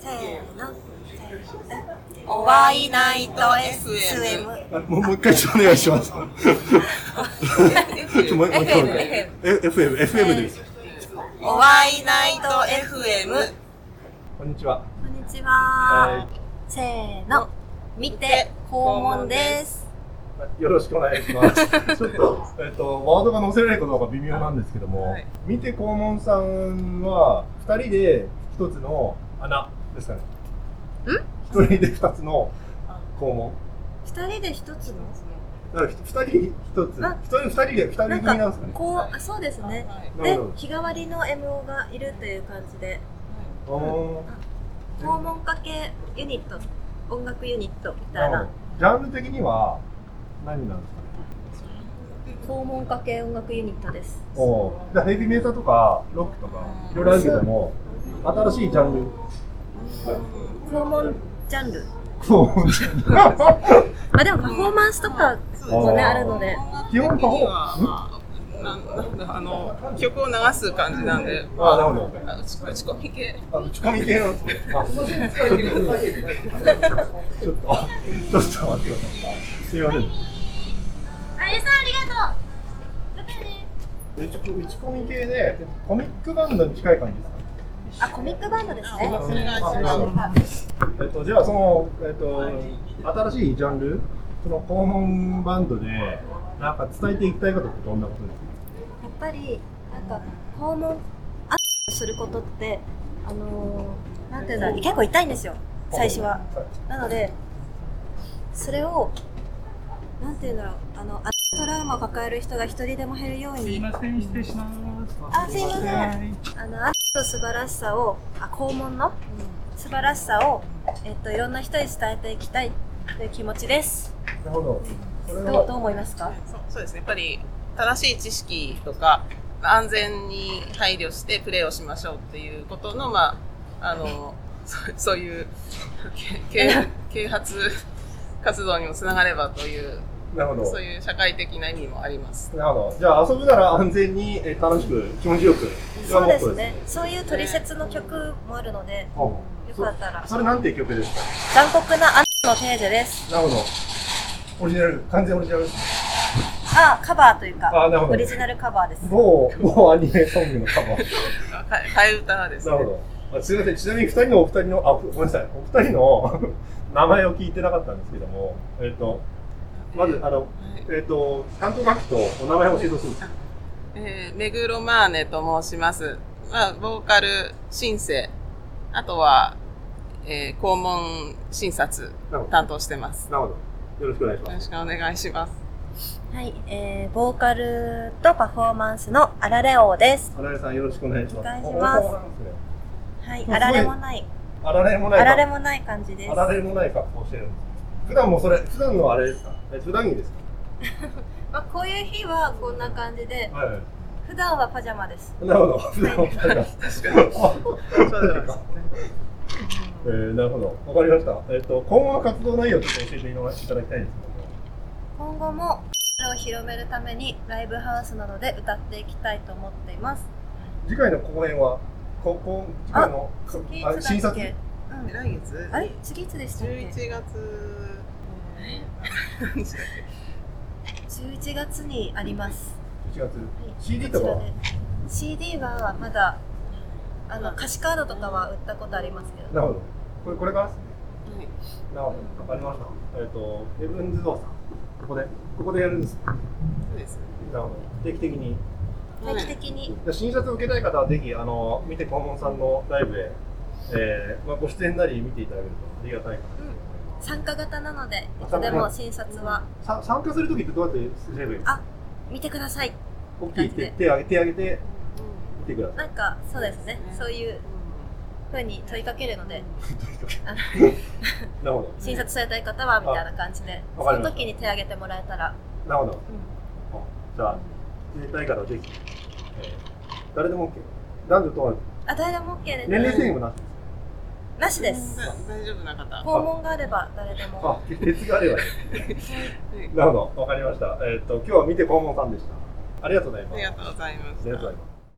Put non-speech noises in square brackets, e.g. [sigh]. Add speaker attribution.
Speaker 1: せーのせーの
Speaker 2: おわいナイト SM。
Speaker 1: SM
Speaker 3: あもうもう一回ちょっとお願いします。ちょっともう一回。
Speaker 2: FM
Speaker 3: え FM、FM です。
Speaker 2: おわいナイト FM。
Speaker 3: こんにちは。
Speaker 1: こんにち
Speaker 3: は
Speaker 1: はせーの見て肛門です
Speaker 3: い。よろしくお願いします。ちょっと、えっと、ワードが載せられるかどうか微妙なんですけども、
Speaker 2: はい
Speaker 3: 見て肛門さんは、二人で一つの穴ですかね。ん一人で二つの肛門。
Speaker 1: 二人で一つの
Speaker 3: だからひ二人一つ。
Speaker 1: あ
Speaker 3: 一人、二人で、二人組なんですかね。
Speaker 1: こうあそうですね
Speaker 3: なる
Speaker 1: で
Speaker 3: ほど
Speaker 1: 日替わりの MO がいるという感じで
Speaker 3: あー
Speaker 1: 訪問家系ユニット音楽ユニットみたい
Speaker 3: なる
Speaker 1: な
Speaker 3: ほどジャンル的には何なんですかね
Speaker 1: 訪問家系音楽ユニットです
Speaker 3: おうじゃあヘビメーターとかロックとかいろいろあるけども新しいジャン [laughs] ル
Speaker 1: 訪問ジャンル
Speaker 3: そう
Speaker 1: まあでもパフォーマンスとかもね
Speaker 3: あー
Speaker 1: あるので
Speaker 3: 基本パフォー
Speaker 2: は、なんなんだあの、曲を流す感じなんで。
Speaker 3: あなるほど
Speaker 2: あ打ち込み打ち込み系。
Speaker 3: あ打ち込み系なんですねあちょっとあちょっと待ってくださいすいま
Speaker 4: あゆさんありが
Speaker 3: せん
Speaker 4: とう。だってね。
Speaker 3: 打ち込み打ち込み系でコミックバンドに近い感じですか
Speaker 1: あコミックバンドですね
Speaker 3: うんあえっと、じゃあその、えっと、新しいジャンルその訪問バンドでなんか伝えていきたいことってどんなことですか
Speaker 1: やっぱりなんか肛門あすることってあのー、なんていうんだ結構痛いんですよ最初はなのでそれをなんていうんだろうあのあトラウマを抱える人が一人でも減るよう
Speaker 5: すい
Speaker 1: に
Speaker 5: ません失礼します
Speaker 1: あすいませんあのあの素晴らしさをあ肛門の、素晴らしさをえっといろんな人に伝えていきたいという気持ちです
Speaker 3: なるほどそれ
Speaker 1: どう
Speaker 3: は
Speaker 1: どう思いますか
Speaker 2: そうそうですね。やっぱり正しい知識とか安全に配慮してプレーをしましょうっていうことのまああの [laughs] そうそういうけ [laughs] 啓啓発活動にもつながればという
Speaker 3: なるほど
Speaker 2: そういう社会的な意味もあります。
Speaker 3: なるほどじゃあ遊ぶなら安全にえ楽しく気持ちよく
Speaker 1: そうですねそういう取説の曲もあるので
Speaker 3: あ
Speaker 1: よかったら
Speaker 3: それなんていう曲ですか
Speaker 1: 残酷なあのテーゼです。
Speaker 3: なるほどオリジナル完全オリジナル
Speaker 1: あ、カバーというか、
Speaker 3: あなるほど
Speaker 1: オリジナルカバーです。
Speaker 3: 某某アニメソングのカバー
Speaker 2: か替え歌です
Speaker 3: な
Speaker 2: ね
Speaker 3: る。ほど。あすみません、ちなみに2人のお二人の、あ、ごめんなさい、お二人の [laughs] 名前を聞いてなかったんですけども、えっ、と、まず、あの、えっ、と、担当楽器とお名前を教えてほしいんです。
Speaker 2: えー、目黒マーネと申します。まあ、ボーカル、シンセ、あとは、えー、肛門診察
Speaker 3: なるほど。な
Speaker 2: 担当してます。
Speaker 3: るほど。よろしくお願いし
Speaker 2: よ
Speaker 3: ま
Speaker 2: ろ
Speaker 3: す。
Speaker 2: しくお願いします。
Speaker 1: はい、えー、ボーカルとパフォーマンスのアラレオです。
Speaker 3: あられさん、よろしくお願いします。
Speaker 1: お願いします
Speaker 3: おおおおおお
Speaker 1: はい、
Speaker 3: すごい
Speaker 1: あられもない、
Speaker 3: あられも
Speaker 1: あ
Speaker 3: ない。
Speaker 1: られもない感じです
Speaker 3: あ。られもない格好してるんです。普段もそれ、普段のあれですかえ普段着です
Speaker 1: まあ、こういう日はこんな感じで
Speaker 3: か、はいは
Speaker 1: 普段はパジャマです。
Speaker 3: い。なるほど。普段は確かに。そうですか。 [laughs] えー、なるほど。わかりました。えっ、と、今後の活動内容をちょっと教えていただきたいんですけども。
Speaker 1: 今後も、を広めるためにライブハウスなどで歌っていきたいと思っています。
Speaker 3: 次回の公演は、ここ次回の
Speaker 1: 次い
Speaker 3: あ
Speaker 1: つ
Speaker 3: 診
Speaker 1: だっ
Speaker 3: 察
Speaker 1: け
Speaker 3: 日？
Speaker 1: うん。
Speaker 2: 来月
Speaker 1: あれ次いつでしたっけ
Speaker 2: ?11 月。
Speaker 1: 11月にあります。
Speaker 3: 1月、CD とか
Speaker 1: こちらで CD はまだあの歌詞カードとかは売ったことありますけど
Speaker 3: なるほどこれこれからですねなるほどわかりましたえっ、とヘブンズドアーさんここでここでやるんですね
Speaker 2: そうです。
Speaker 3: なるほど定期的に
Speaker 1: 定期的に
Speaker 3: じゃあ診察を受けたい方はぜひあの見て肛門さんのライブへ、えーまあ、ご出演なり見ていただけるとありがたいかなと思います
Speaker 1: 参加型なのでいつでも診察は
Speaker 3: さ参加するときってどうやってすればいいの
Speaker 1: あ見てください
Speaker 3: 大きい手手上げ手上げて見てください
Speaker 1: なんかそうですねそういう風に問いかけるので
Speaker 3: [laughs]
Speaker 1: あの
Speaker 3: なるほ
Speaker 1: 診察されたい方はみたいな感じで
Speaker 3: わか
Speaker 1: そ
Speaker 3: り
Speaker 1: の
Speaker 3: ました
Speaker 1: 時に手挙げてもらえたら
Speaker 3: どなるほどあじゃあ出たい方はぜひ、えー、誰でも OK 男女問わず
Speaker 1: あ誰でも OK です
Speaker 3: 年齢制限もなし
Speaker 1: なしです
Speaker 2: 大丈夫な方。
Speaker 1: 訪問があれば誰でも
Speaker 3: あ、鉄があればいい。なるほど、わかりました。えっ、と、今日は見て肛門さんでした。ありがとうござい
Speaker 2: あ
Speaker 3: ます。
Speaker 2: りがとうございま
Speaker 3: あ
Speaker 2: し
Speaker 3: りが
Speaker 2: た
Speaker 3: とうござい。ます。